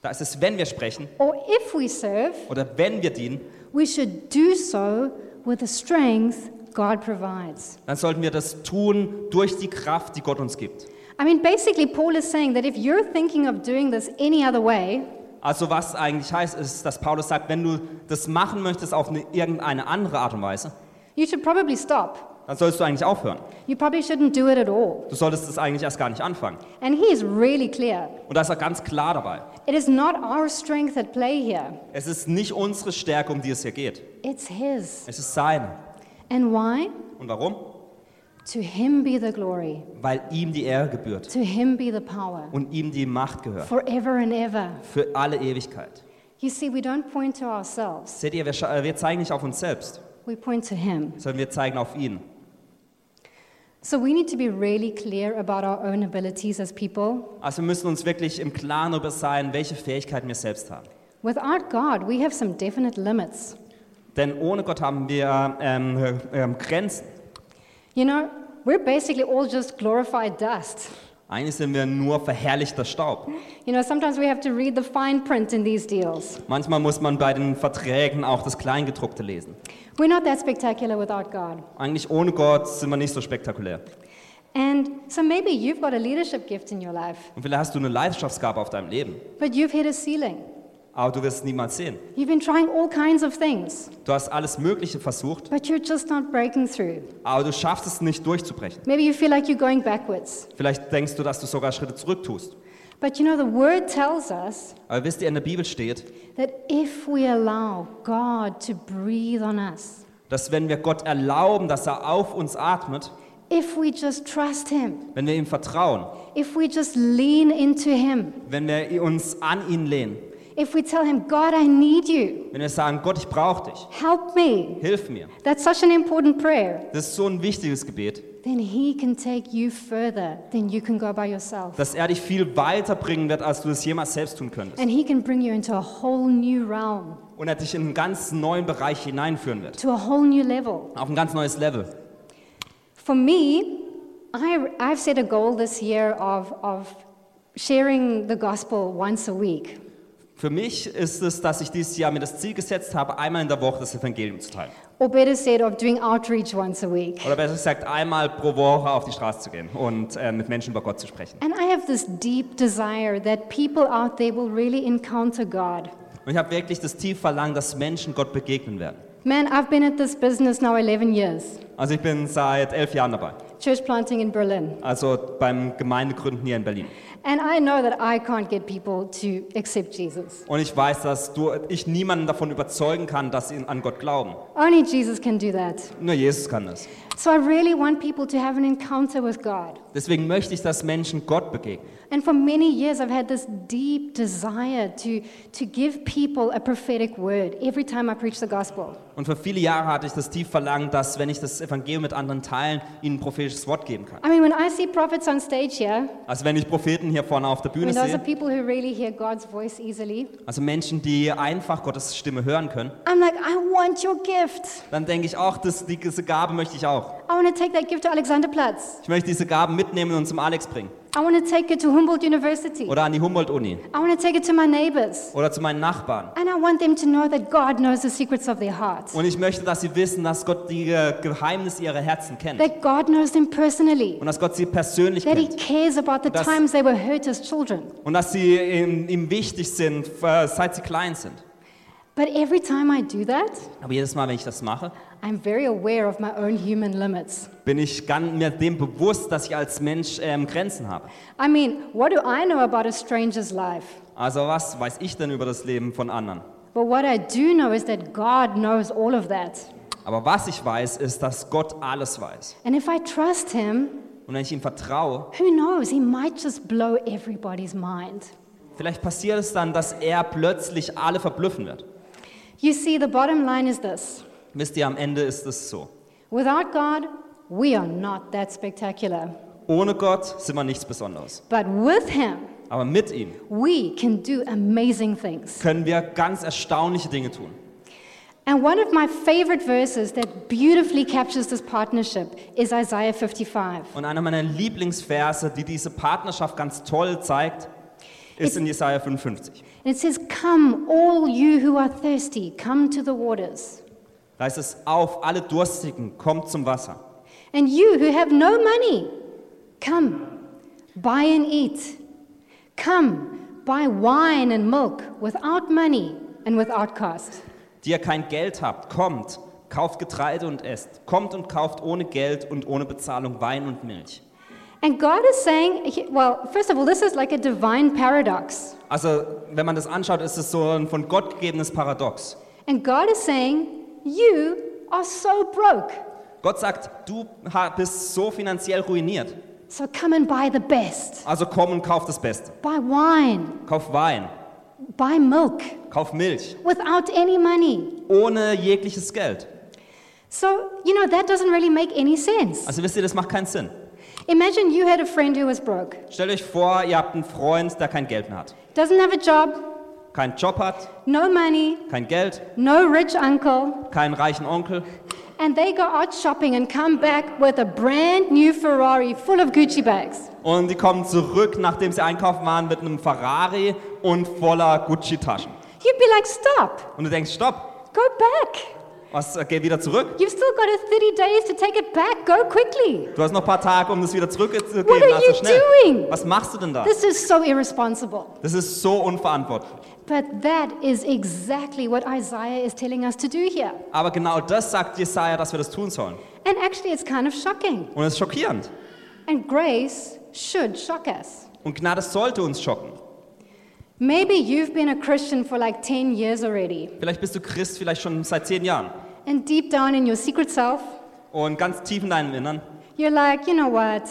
da ist es, wenn wir sprechen or if we serve, oder wenn wir dienen, we should do so with the strength God provides. dann sollten wir das tun durch die Kraft, die Gott uns gibt. I mean, basically, Paul is saying that if you're thinking of doing this any other way, Also was eigentlich heißt, ist, dass Paulus sagt, wenn du das machen möchtest auf eine, irgendeine andere Art und Weise, you should probably stop. dann solltest du eigentlich aufhören. You probably shouldn't do it at all. Du solltest es eigentlich erst gar nicht anfangen. And he is really clear. Und da ist er ganz klar dabei. It is not our strength at play here, Es ist nicht unsere Stärke, um die es hier geht. it's his. Es ist seine. And why? Und warum? To him be the glory, Weil ihm die Ehre gebührt to him be the power, und ihm die Macht gehört. forever and ever. Für alle Ewigkeit. You see, we don't point to ourselves, Seht ihr, wir, scha- äh, wir zeigen nicht auf uns selbst, we point to Him. sondern wir zeigen auf ihn. So we need to be really clear about our own abilities as people. Also wir müssen uns wirklich im Klaren darüber sein, welche Fähigkeiten wir selbst haben. Without God, we have some definite limits. Denn ohne Gott haben wir ähm, äh, ähm, Grenzen. You know, we're basically all just glorified dust. Eigentlich sind wir nur verherrlichter Staub. You know, sometimes we have to read the fine print in these deals. Manchmal muss man bei den Verträgen auch das Kleingedruckte lesen. We're not that spectacular without God. Eigentlich ohne Gott sind wir nicht so spektakulär. And so maybe you've got a leadership gift in your life, Und vielleicht hast du eine Leidenschaftsgabe auf deinem Leben, but you've hit a ceiling. aber du wirst es niemals sehen. You've been trying all kinds of things, Du hast alles Mögliche versucht, but you're just not breaking through. aber du schaffst es nicht durchzubrechen. Maybe you feel like you're going backwards. Vielleicht denkst du, dass du sogar Schritte zurück tust. But you know, the word tells us Aber wisst ihr, in der Bibel steht, that if we allow God to breathe on us, dass wenn wir Gott erlauben, dass er auf uns atmet, if we just trust Him, wenn wir ihm vertrauen, if we just lean into Him, wenn wir uns an ihn lehnen, if we tell Him, God, I need you, wenn wir sagen, Gott, ich brauche dich, help me, hilf mir. that's such an important prayer, Das ist so ein wichtiges Gebet. then He can take you further than you can go by yourself. dass er dich viel weiterbringen wird, als du es jemals selbst tun könntest. And He can bring you into a whole new realm, Und er dich in einen ganz neuen Bereich hineinführen wird, to a whole new level. auf ein ganz neues Level. For me, I, I've set a goal this year of, of sharing the gospel once a week. Für mich ist es, dass ich dieses Jahr mir das Ziel gesetzt habe, einmal in der Woche das Evangelium zu teilen. Or better said, of doing outreach once a week. Oder besser gesagt, einmal pro Woche auf die Straße zu gehen und äh, mit Menschen über Gott zu sprechen. And I have this deep desire that people out there will really encounter God. Und ich habe wirklich das tief Verlangen, dass Menschen Gott begegnen werden. Man, I've been at this business now 11 years, Also ich bin seit elf Jahren dabei, church planting in Berlin. also beim Gemeindegründen hier in Berlin. And I know that I can't get people to accept Jesus. Und ich weiß, dass du, ich niemanden davon überzeugen kann, dass sie an Gott glauben. Only Jesus can do that. Nur Jesus kann das. So I really want people to have an encounter with God. Deswegen möchte ich, dass Menschen Gott begegnen. And for many years, I've had this deep desire to, to give people a prophetic word every time I preach the gospel. Und für viele Jahre hatte ich das tief verlangt, dass, wenn ich das Evangelium mit anderen teilen, ihnen ein prophetisches Wort geben kann. I mean, when I see prophets on stage here, Also wenn ich Propheten hier vorne auf der I Bühne mean, those are sehe, people who really hear God's voice easily. also Menschen, die einfach Gottes Stimme hören können, I'm like, I want your gift. dann denke ich auch, das, die, diese Gabe möchte ich auch. I want to take that gift to Alexanderplatz. Ich möchte diese Gaben mitnehmen und zum Alex bringen. I want to take it to Humboldt University. oder an die Humboldt-Uni I want to take it to my neighbors. oder zu meinen Nachbarn. And I want them to know that God knows the secrets of their hearts, Und ich möchte, dass sie wissen, dass Gott die äh, Geheimnisse ihrer Herzen kennt that God knows them personally, und dass Gott sie persönlich that He kennt cares about the Das- times they were hurt as children. und dass sie ihm, ihm wichtig sind, äh, seit sie klein sind. But every time I do that, Aber jedes Mal, wenn ich das mache, I'm very aware of my own human limits. bin ich ganz mir dem bewusst, dass ich als Mensch ähm, Grenzen habe. I mean, what do I know about a stranger's life? Also was weiß ich denn über das Leben von anderen? But what I do know is that God knows all of that. Aber was ich weiß, ist, dass Gott alles weiß. And if I trust Him, Und wenn ich ihm vertraue, who knows? He might just blow everybody's mind. vielleicht passiert es dann, dass er plötzlich alle verblüffen wird. You see, the bottom line is this Wisst ihr, am Ende ist es so. without God, we are not that spectacular. Ohne Gott sind wir nichts Besonderes. But with Him, Aber mit ihm we can do amazing things. können wir ganz erstaunliche Dinge tun. And one of my favorite verses that beautifully captures this partnership is Isaiah 55. Und einer meiner Lieblingsverse, die diese Partnerschaft ganz toll zeigt, ist in Jesaja 55. And it says, Come, all you who are thirsty, come to the waters. Da heißt es, auf alle Durstigen, kommt zum Wasser. And you who have no money, come, buy and eat. Come, buy wine and milk without money and without cost. Die ihr kein Geld habt, kommt, kauft Getreide und esst. Kommt und kauft ohne Geld und ohne Bezahlung Wein und Milch. And God is saying, he- well, first of all, this is like a divine paradox. Also, wenn man das anschaut, ist es so ein von Gott gegebenes Paradox. And God is saying, You are so broke, Gott sagt, du ha- bist so finanziell ruiniert. so come and buy the best. Also komm und kauf das Beste. Buy wine, Kauf Wein, buy milk kauf Milch, without any money. ohne jegliches Geld. So, you know, that doesn't really make any sense. Also wisst ihr, das macht keinen Sinn. Imagine you had a friend who was broke, Stellt euch vor, ihr habt einen Freund, der kein Geld mehr hat. doesn't have a job, Keinen Job hat, no money, kein Geld, no rich uncle, keinen reichen Onkel. and they go out shopping and come back with a brand new Ferrari full of Gucci bags. Und die kommen zurück, nachdem sie einkaufen waren, mit einem Ferrari und voller Gucci-Taschen. You'd be like, stop, Und du denkst, stopp, go back. was, äh, geh wieder zurück. You've still got a 30 days to take it back. Go quickly. Du hast noch ein paar Tage, um das wieder zurückzugeben. What are also you schnell. doing? Was machst du denn da? This is so irresponsible. Das ist so unverantwortlich. But that is exactly what Isaiah is telling us to do here. Aber genau das sagt Jesaja, dass wir das tun sollen. And actually, it's kind of shocking. Und es ist schockierend. And grace should shock us. Und Gnade sollte uns schocken. Maybe you've been a Christian for like 10 years already, Vielleicht bist du Christ, vielleicht schon seit zehn Jahren. and deep down in your secret self, Und ganz tief in deinem Innern you're like, you know what?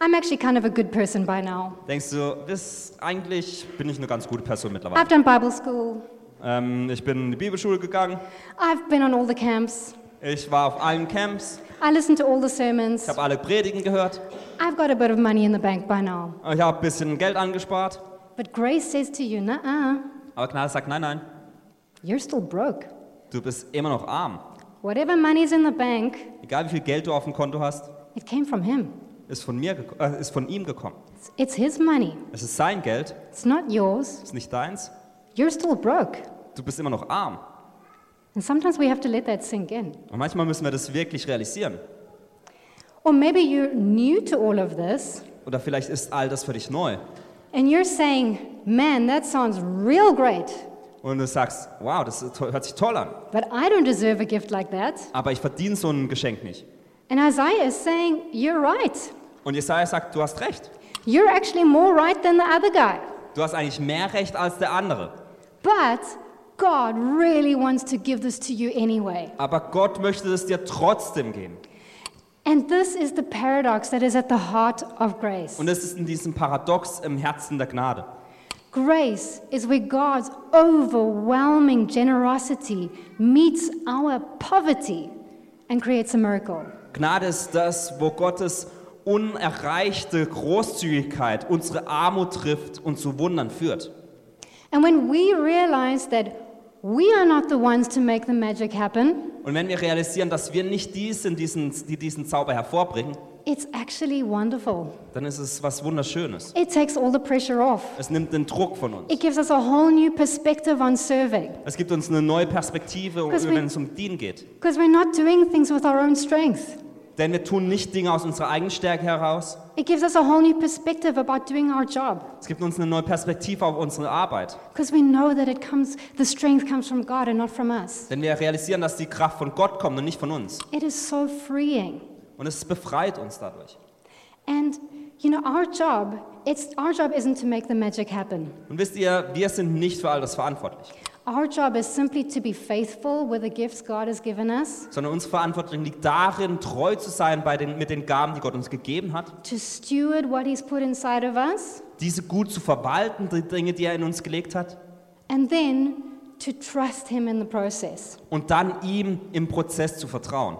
I'm actually kind of a good person by now. denkst du, das, eigentlich bin ich eine ganz gute Person mittlerweile. I've done Bible school, Ähm, ich bin in die Bibelschule gegangen, I've been on all the camps, ich war auf allen Camps, I listened to all the ich sermons, habe alle Predigen gehört, I've got a bit of money in the bank by now. ich habe ein bisschen Geld angespart. But grace says to you, nah, Aber Gnade sagt, nein, nein, you're still broke. du bist immer noch arm. Whatever money's in the bank, Egal wie viel Geld du auf dem Konto hast, it came from him. ist von, mir geko- äh, ist von ihm gekommen. It's, it's his money, Es ist sein Geld, it's not yours. ist nicht deins. You're still broke. Du bist immer noch arm. And sometimes we have to let that sink in. Und manchmal müssen wir das wirklich realisieren. Or maybe you're new to all of this Oder vielleicht ist all das für dich neu. and you're saying, man, that sounds real great, Und du sagst, wow, das ist to- hört sich toll an. but I don't deserve a gift like that. Aber ich verdiene so ein Geschenk nicht. And Isaiah is saying, you're right. Und Jesaja sagt, du hast recht. You're actually more right than the other guy. Du hast eigentlich mehr Recht als der andere. But God really wants to give this to you anyway. Aber Gott möchte es dir trotzdem geben. And this is the paradox that is at the heart of grace. Und es ist in diesem Paradox im Herzen der Gnade. Grace is where God's overwhelming generosity meets our poverty and creates a miracle. Gnade ist das, wo Gottes unerreichte Großzügigkeit unsere Armut trifft und zu Wundern führt. And when we realize that we are not the ones to make the magic happen, Und wenn wir realisieren, dass wir nicht die sind, diesen, die diesen Zauber hervorbringen, it's actually wonderful. dann ist es was Wunderschönes. It takes all the pressure off. Es nimmt den Druck von uns. It gives us a whole new perspective on serving Es gibt uns eine neue Perspektive, Because we- wenn es um Dienen geht. because we're not doing things with our own strength. Denn wir tun nicht Dinge aus unserer eigenen Stärke heraus. It gives us a whole new perspective about doing our job Es gibt uns eine neue Perspektive auf unsere Arbeit. because we know that it comes, the strength comes from God and not from us. Denn wir realisieren, dass die Kraft von Gott kommt und nicht von uns. It is so freeing. Und es befreit uns dadurch. And you know, our job, it's our job isn't to make the magic happen. Und wisst ihr, wir sind nicht für all das verantwortlich, Our job is simply to be faithful with the gifts God has given us, sondern unsere Verantwortung liegt darin, treu zu sein bei den, mit den Gaben, die Gott uns gegeben hat, to steward what He's put inside of us, diese gut zu verwalten, die Dinge, die er in uns gelegt hat, and then to trust Him in the process. und dann ihm im Prozess zu vertrauen.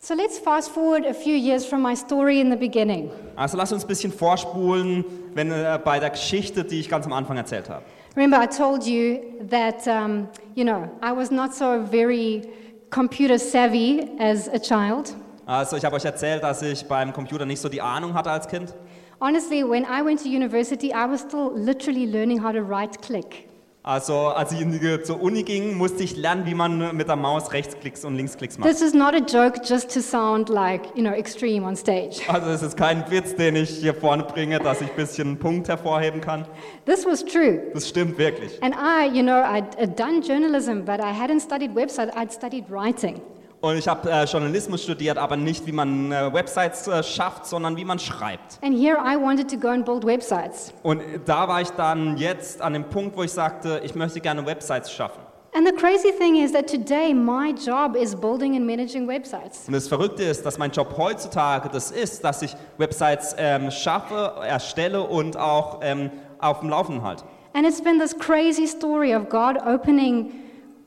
So let's fast forward a few years from my story in the beginning. Also lasst uns ein bisschen vorspulen, wenn äh, bei der Geschichte, die ich ganz am Anfang erzählt habe. Remember, I told you that, um, you know, I was not so very computer savvy as a child. Also ich habe euch erzählt, dass ich beim Computer nicht so die Ahnung hatte als Kind. Honestly, when I went to university, I was still literally learning how to right click. Also als ich in die, zur Uni ging, musste ich lernen, wie man mit der Maus Rechtsklicks und Linksklicks macht. This is not a joke just to sound like, you know, extreme on stage. Also es ist kein Witz, den ich hier vorne bringe, dass ich ein bisschen einen Punkt hervorheben kann. This was true. Das stimmt wirklich. And I, you know, I'd, I'd done journalism, but I hadn't studied website, I'd studied writing. Und ich habe äh, Journalismus studiert, aber nicht, wie man äh, Websites äh, schafft, sondern wie man schreibt. And here I wanted to go and build websites. Und da war ich dann jetzt an dem Punkt, wo ich sagte, ich möchte gerne Websites schaffen. And the crazy thing is that today my job is building and managing websites. Und das Verrückte ist, dass mein Job heutzutage das ist, dass ich Websites ähm, schaffe, erstelle und auch ähm, auf dem Laufenden halte. And it's been this crazy story of God opening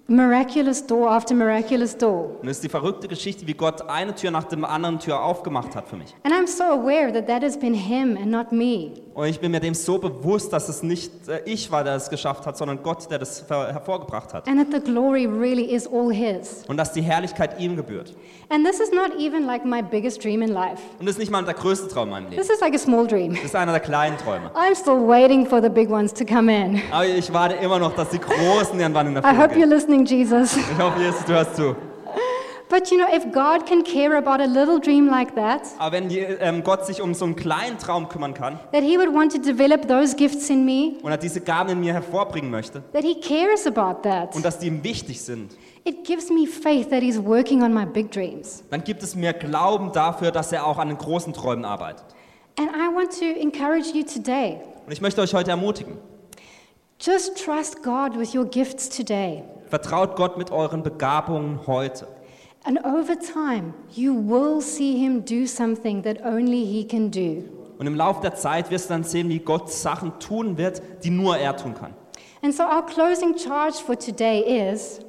miraculous door after miraculous door. Und es ist die verrückte Geschichte, wie Gott eine Tür nach der anderen Tür aufgemacht hat für mich. And I'm so aware that that has been Him and not me. Und ich bin mir dem so bewusst, dass es nicht äh, ich war, der es geschafft hat, sondern Gott, der das ver- hervorgebracht hat. And that the glory really is all His. Und dass die Herrlichkeit ihm gebührt. And this is not even like my biggest dream in life. Und das ist nicht mal der größte Traum in meinem Leben. This is like a small dream. Das ist einer der kleinen Träume. I'm still waiting for the big ones to come in. Aber ich warte immer noch, dass die Großen irgendwann in I Erfüllung hope you're gehen. listening, Jesus. Ich hoffe, Jesus, du hörst zu. But you know, if God can care about a little dream like that, Aber wenn je- ähm, Gott sich um so einen kleinen Traum kümmern kann, that He would want to develop those gifts in me, und er diese Gaben in mir hervorbringen möchte that He cares about that, und dass die ihm wichtig sind, it gives me faith that He's working on my big dreams. dann gibt es mir Glauben dafür, dass er auch an den großen Träumen arbeitet. And I want to encourage you today Und ich möchte euch heute ermutigen, just trust God with your gifts today. vertraut Gott mit euren Begabungen heute. And over time, you will see Him do something that only He can do. Und im Laufe der Zeit wirst du dann sehen, wie Gott Sachen tun wird, die nur er tun kann. And so, our closing charge for today is.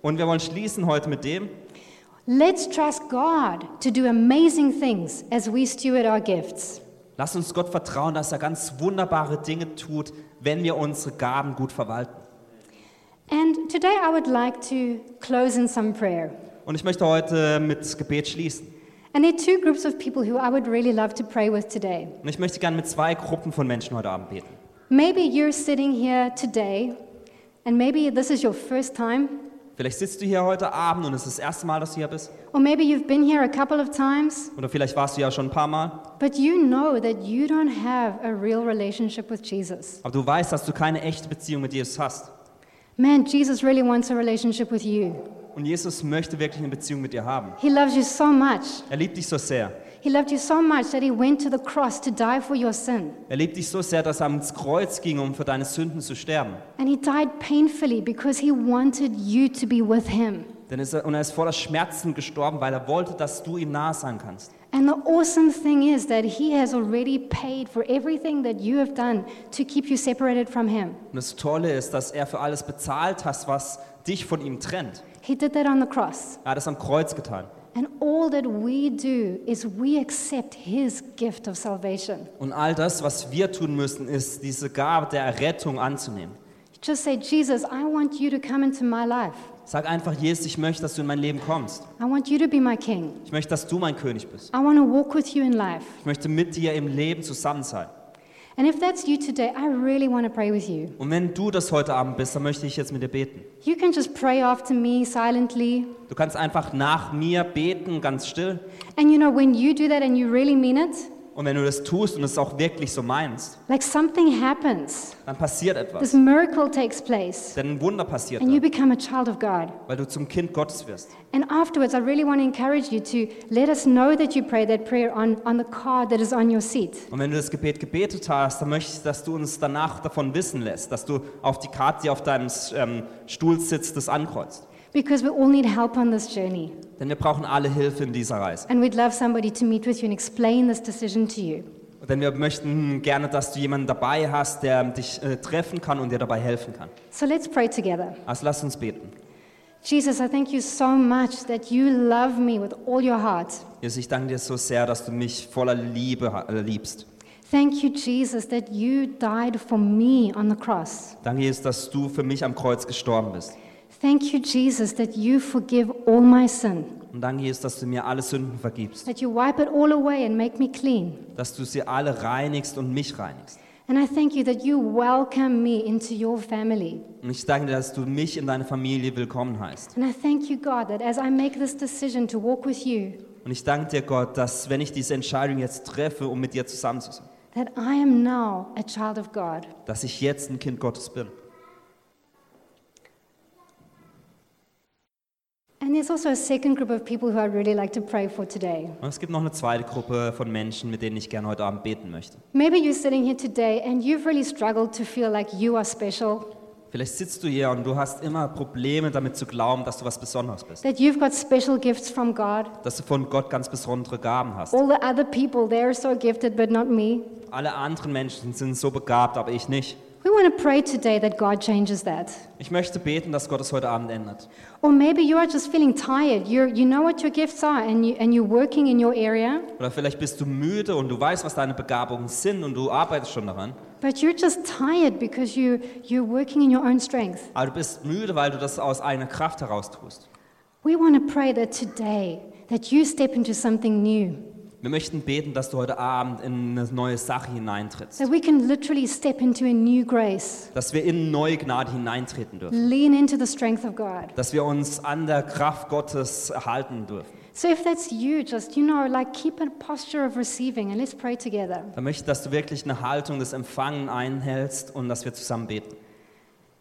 Und wir wollen schließen heute mit dem, Let's trust God to do amazing things as we steward our gifts. lasst uns Gott vertrauen, dass er ganz wunderbare Dinge tut, wenn wir unsere Gaben gut verwalten. And today I would like to close in some prayer. Und ich möchte heute mit Gebet schließen. And there are two groups of people who I would really love to pray with today. Und ich möchte gerne mit zwei Gruppen von Menschen heute Abend beten. Maybe you're sitting here today, and maybe this is your first time, Vielleicht sitzt du hier heute Abend und es ist das erste Mal, dass du hier bist. or maybe you've been here a couple of times, Oder vielleicht warst du ja schon ein paar Mal. but you know that you don't have a real relationship with Jesus. Aber du weißt, dass du keine echte Beziehung mit Jesus hast. Man, Jesus really wants a relationship with you. Und Jesus möchte wirklich eine Beziehung mit dir haben. He loves you so much. Er liebt dich so sehr. He loved you so much that he went to the cross to die for your sin. Er liebt dich so sehr, dass er ans Kreuz ging, um für deine Sünden zu sterben. And he died painfully because he wanted you to be with him. Denn ist er, und er ist voller Schmerzen gestorben, weil er wollte, dass du ihm nahe sein kannst. And the awesome thing is that he has already paid for everything that you have done to keep you separated from him. Und das Tolle ist, dass er für alles bezahlt hat, was dich von ihm trennt. He did that on the cross. Er hat es am Kreuz getan. And all that we do is we accept his gift of salvation. Und all das, was wir tun müssen, ist, diese Gabe der Errettung anzunehmen. Just say, Jesus, I want you to come into my life. Sag einfach, Jesus, ich möchte, dass du in mein Leben kommst. I want you to be my king. Ich möchte, dass du mein König bist. I want to walk with you in life. Ich möchte mit dir im Leben zusammen sein. And if that's you today, I really want to pray with you. Und wenn du das heute Abend bist, dann möchte ich jetzt mit dir beten. You can just pray after me silently. Du kannst einfach nach mir beten, ganz still. And you know, when you do that and you really mean it, Und wenn du das tust und es auch wirklich so meinst, like something happens. dann passiert etwas. This miracle takes place. Denn ein Wunder passiert And you dann, become a child of God. weil du zum Kind Gottes wirst. And afterwards, I really want to encourage you to let us know that you prayed that prayer on, on the card that is on your seat. Und wenn du das Gebet gebetet hast, dann möchte ich, dass du uns danach davon wissen lässt, dass du auf die Karte, die auf deinem ähm, Stuhl sitzt, das ankreuzt. Because we all need help on this journey. Denn wir brauchen alle Hilfe in dieser Reise. And we'd love somebody to meet with you and explain this decision to you. Denn wir möchten gerne, dass du jemanden dabei hast, der dich äh, treffen kann und dir dabei helfen kann. So let's pray together. Also lass uns beten. Jesus, I thank you so much that you love me with all your heart. Jesus, ich danke dir so sehr, dass du mich voller Liebe ha- äh, liebst. Thank you, Jesus, that you died for me on the cross. Danke, Jesus, dass du für mich am Kreuz gestorben bist. Thank you, Jesus, that you forgive all my sin, Und danke, Jesus, dass du mir alle Sünden vergibst. that you wipe it all away and make me clean. Dass du sie alle reinigst und mich reinigst. And I thank you that you welcome me into your family. Und ich danke dir, dass du mich in deine Familie willkommen heißt. And I thank you, God, that as I make this decision to walk with you, Und ich danke dir, Gott, dass wenn ich diese Entscheidung jetzt treffe, um mit dir zusammen zu sein, that I am now a child of God. dass ich jetzt ein Kind Gottes bin. And there's also a second group of people who I'd really like to pray for today. Und es gibt noch eine zweite Gruppe von Menschen, mit denen ich gerne heute Abend beten möchte. Maybe you're sitting here today and you've really struggled to feel like you are special, Vielleicht sitzt du hier und du hast immer Probleme damit zu glauben, dass du was Besonderes bist. that you've got special gifts from God. Dass du von Gott ganz besondere Gaben hast. All the other people, they're so gifted, but not me. Alle anderen Menschen sind so begabt, aber ich nicht. We want to pray today that God changes that. Ich möchte beten, dass Gott es heute Abend ändert. Or maybe you are just feeling tired. You're, you know what your gifts are and, you, and you're working in your area, Oder vielleicht bist du müde und du weißt, was deine Begabungen sind und du arbeitest schon daran. but you're just tired because you, you're working in your own strength. Aber du bist müde, weil du das aus eigener Kraft heraus tust. We want to pray that today that you step into something new, Wir möchten beten, dass du heute Abend in eine neue Sache hineintrittst. that we can literally step into a new grace, Dass wir in neue Gnade hineintreten dürfen. lean into the strength of God. Dass wir uns an der Kraft Gottes halten dürfen. So if that's you, just, you know, like keep a posture of receiving and let's pray together. Da möchte ich, dass du wirklich eine Haltung des Empfangen einhältst und dass wir zusammen beten.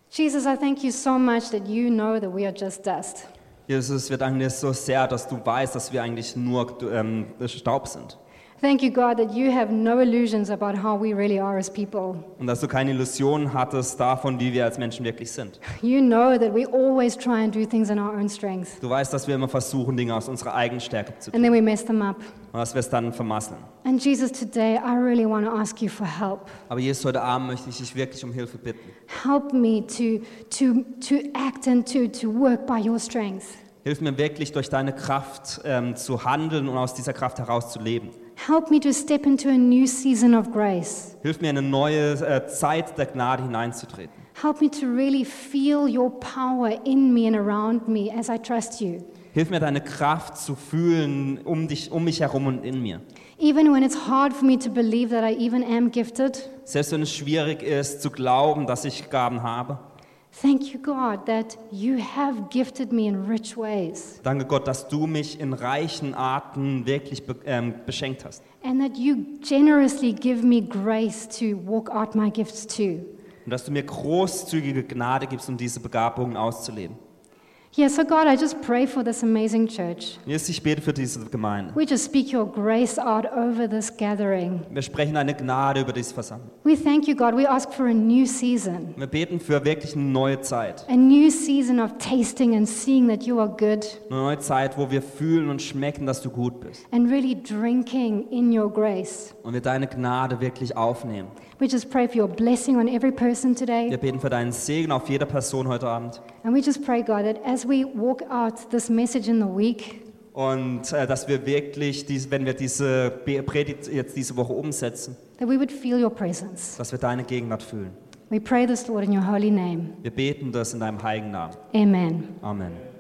Jesus, I thank you so much that you know that we are just dust. Jesus, wir danken dir so sehr, dass du weißt, dass wir eigentlich nur ähm, Staub sind. Thank you, God, that you have no illusions about how we really are as people. Und dass du keine Illusion hattest davon, wie wir als Menschen wirklich sind. You know that we always try and do things in our own strength Du weißt, dass wir immer versuchen, Dinge aus unserer eigenen Stärke zu tun. and then we mess them up. Und dass wir es dann vermasseln. And Jesus, today I really want to ask you for help. Aber Jesus, heute Abend möchte ich dich wirklich um Hilfe bitten. Help me to, to, to act and to, to work by your strength. Hilf mir wirklich, durch deine Kraft ähm, zu handeln und aus dieser Kraft heraus zu leben. Help me to step into a new season of grace. Hilf mir, in eine neue äh, Zeit der Gnade hineinzutreten. Help me to really feel your power in me and around me as I trust you, Hilf mir, deine Kraft zu fühlen um, dich, um mich herum und in mir. even when it's hard for me to believe that I even am gifted. Selbst wenn es schwierig ist, zu glauben, dass ich Gaben habe. Thank you, God, that you have gifted me in rich ways Danke Gott, dass du mich in reichen Arten wirklich be ähm, beschenkt hast. and that you generously give me grace to walk out my gifts too. Und dass du mir großzügige Gnade gibst, um diese Begabungen auszuleben. Yeah, so God, I just pray for this amazing church. Und Jetzt ich bete für diese Gemeinde. We just speak your grace out over this gathering. Wir sprechen eine Gnade über diese Versammlung. We thank you, God. We ask for a new season, Wir beten für wirklich eine neue Zeit. a new season of tasting and seeing that you are good Eine neue Zeit, wo wir fühlen und schmecken, dass du gut bist. and really drinking in your grace. Und wir deine Gnade wirklich aufnehmen. We just pray for your blessing on every person today. Wir beten für deinen Segen auf jede Person heute Abend. And we just pray, God, that as we walk out this message in the week, Und äh, dass wir wirklich, dies, wenn wir diese Be- Predigt jetzt diese Woche umsetzen, that we would feel your presence. dass wir deine Gegenwart fühlen. We pray this, Lord, in your holy name. Wir beten das in deinem heiligen Namen. Amen. Amen.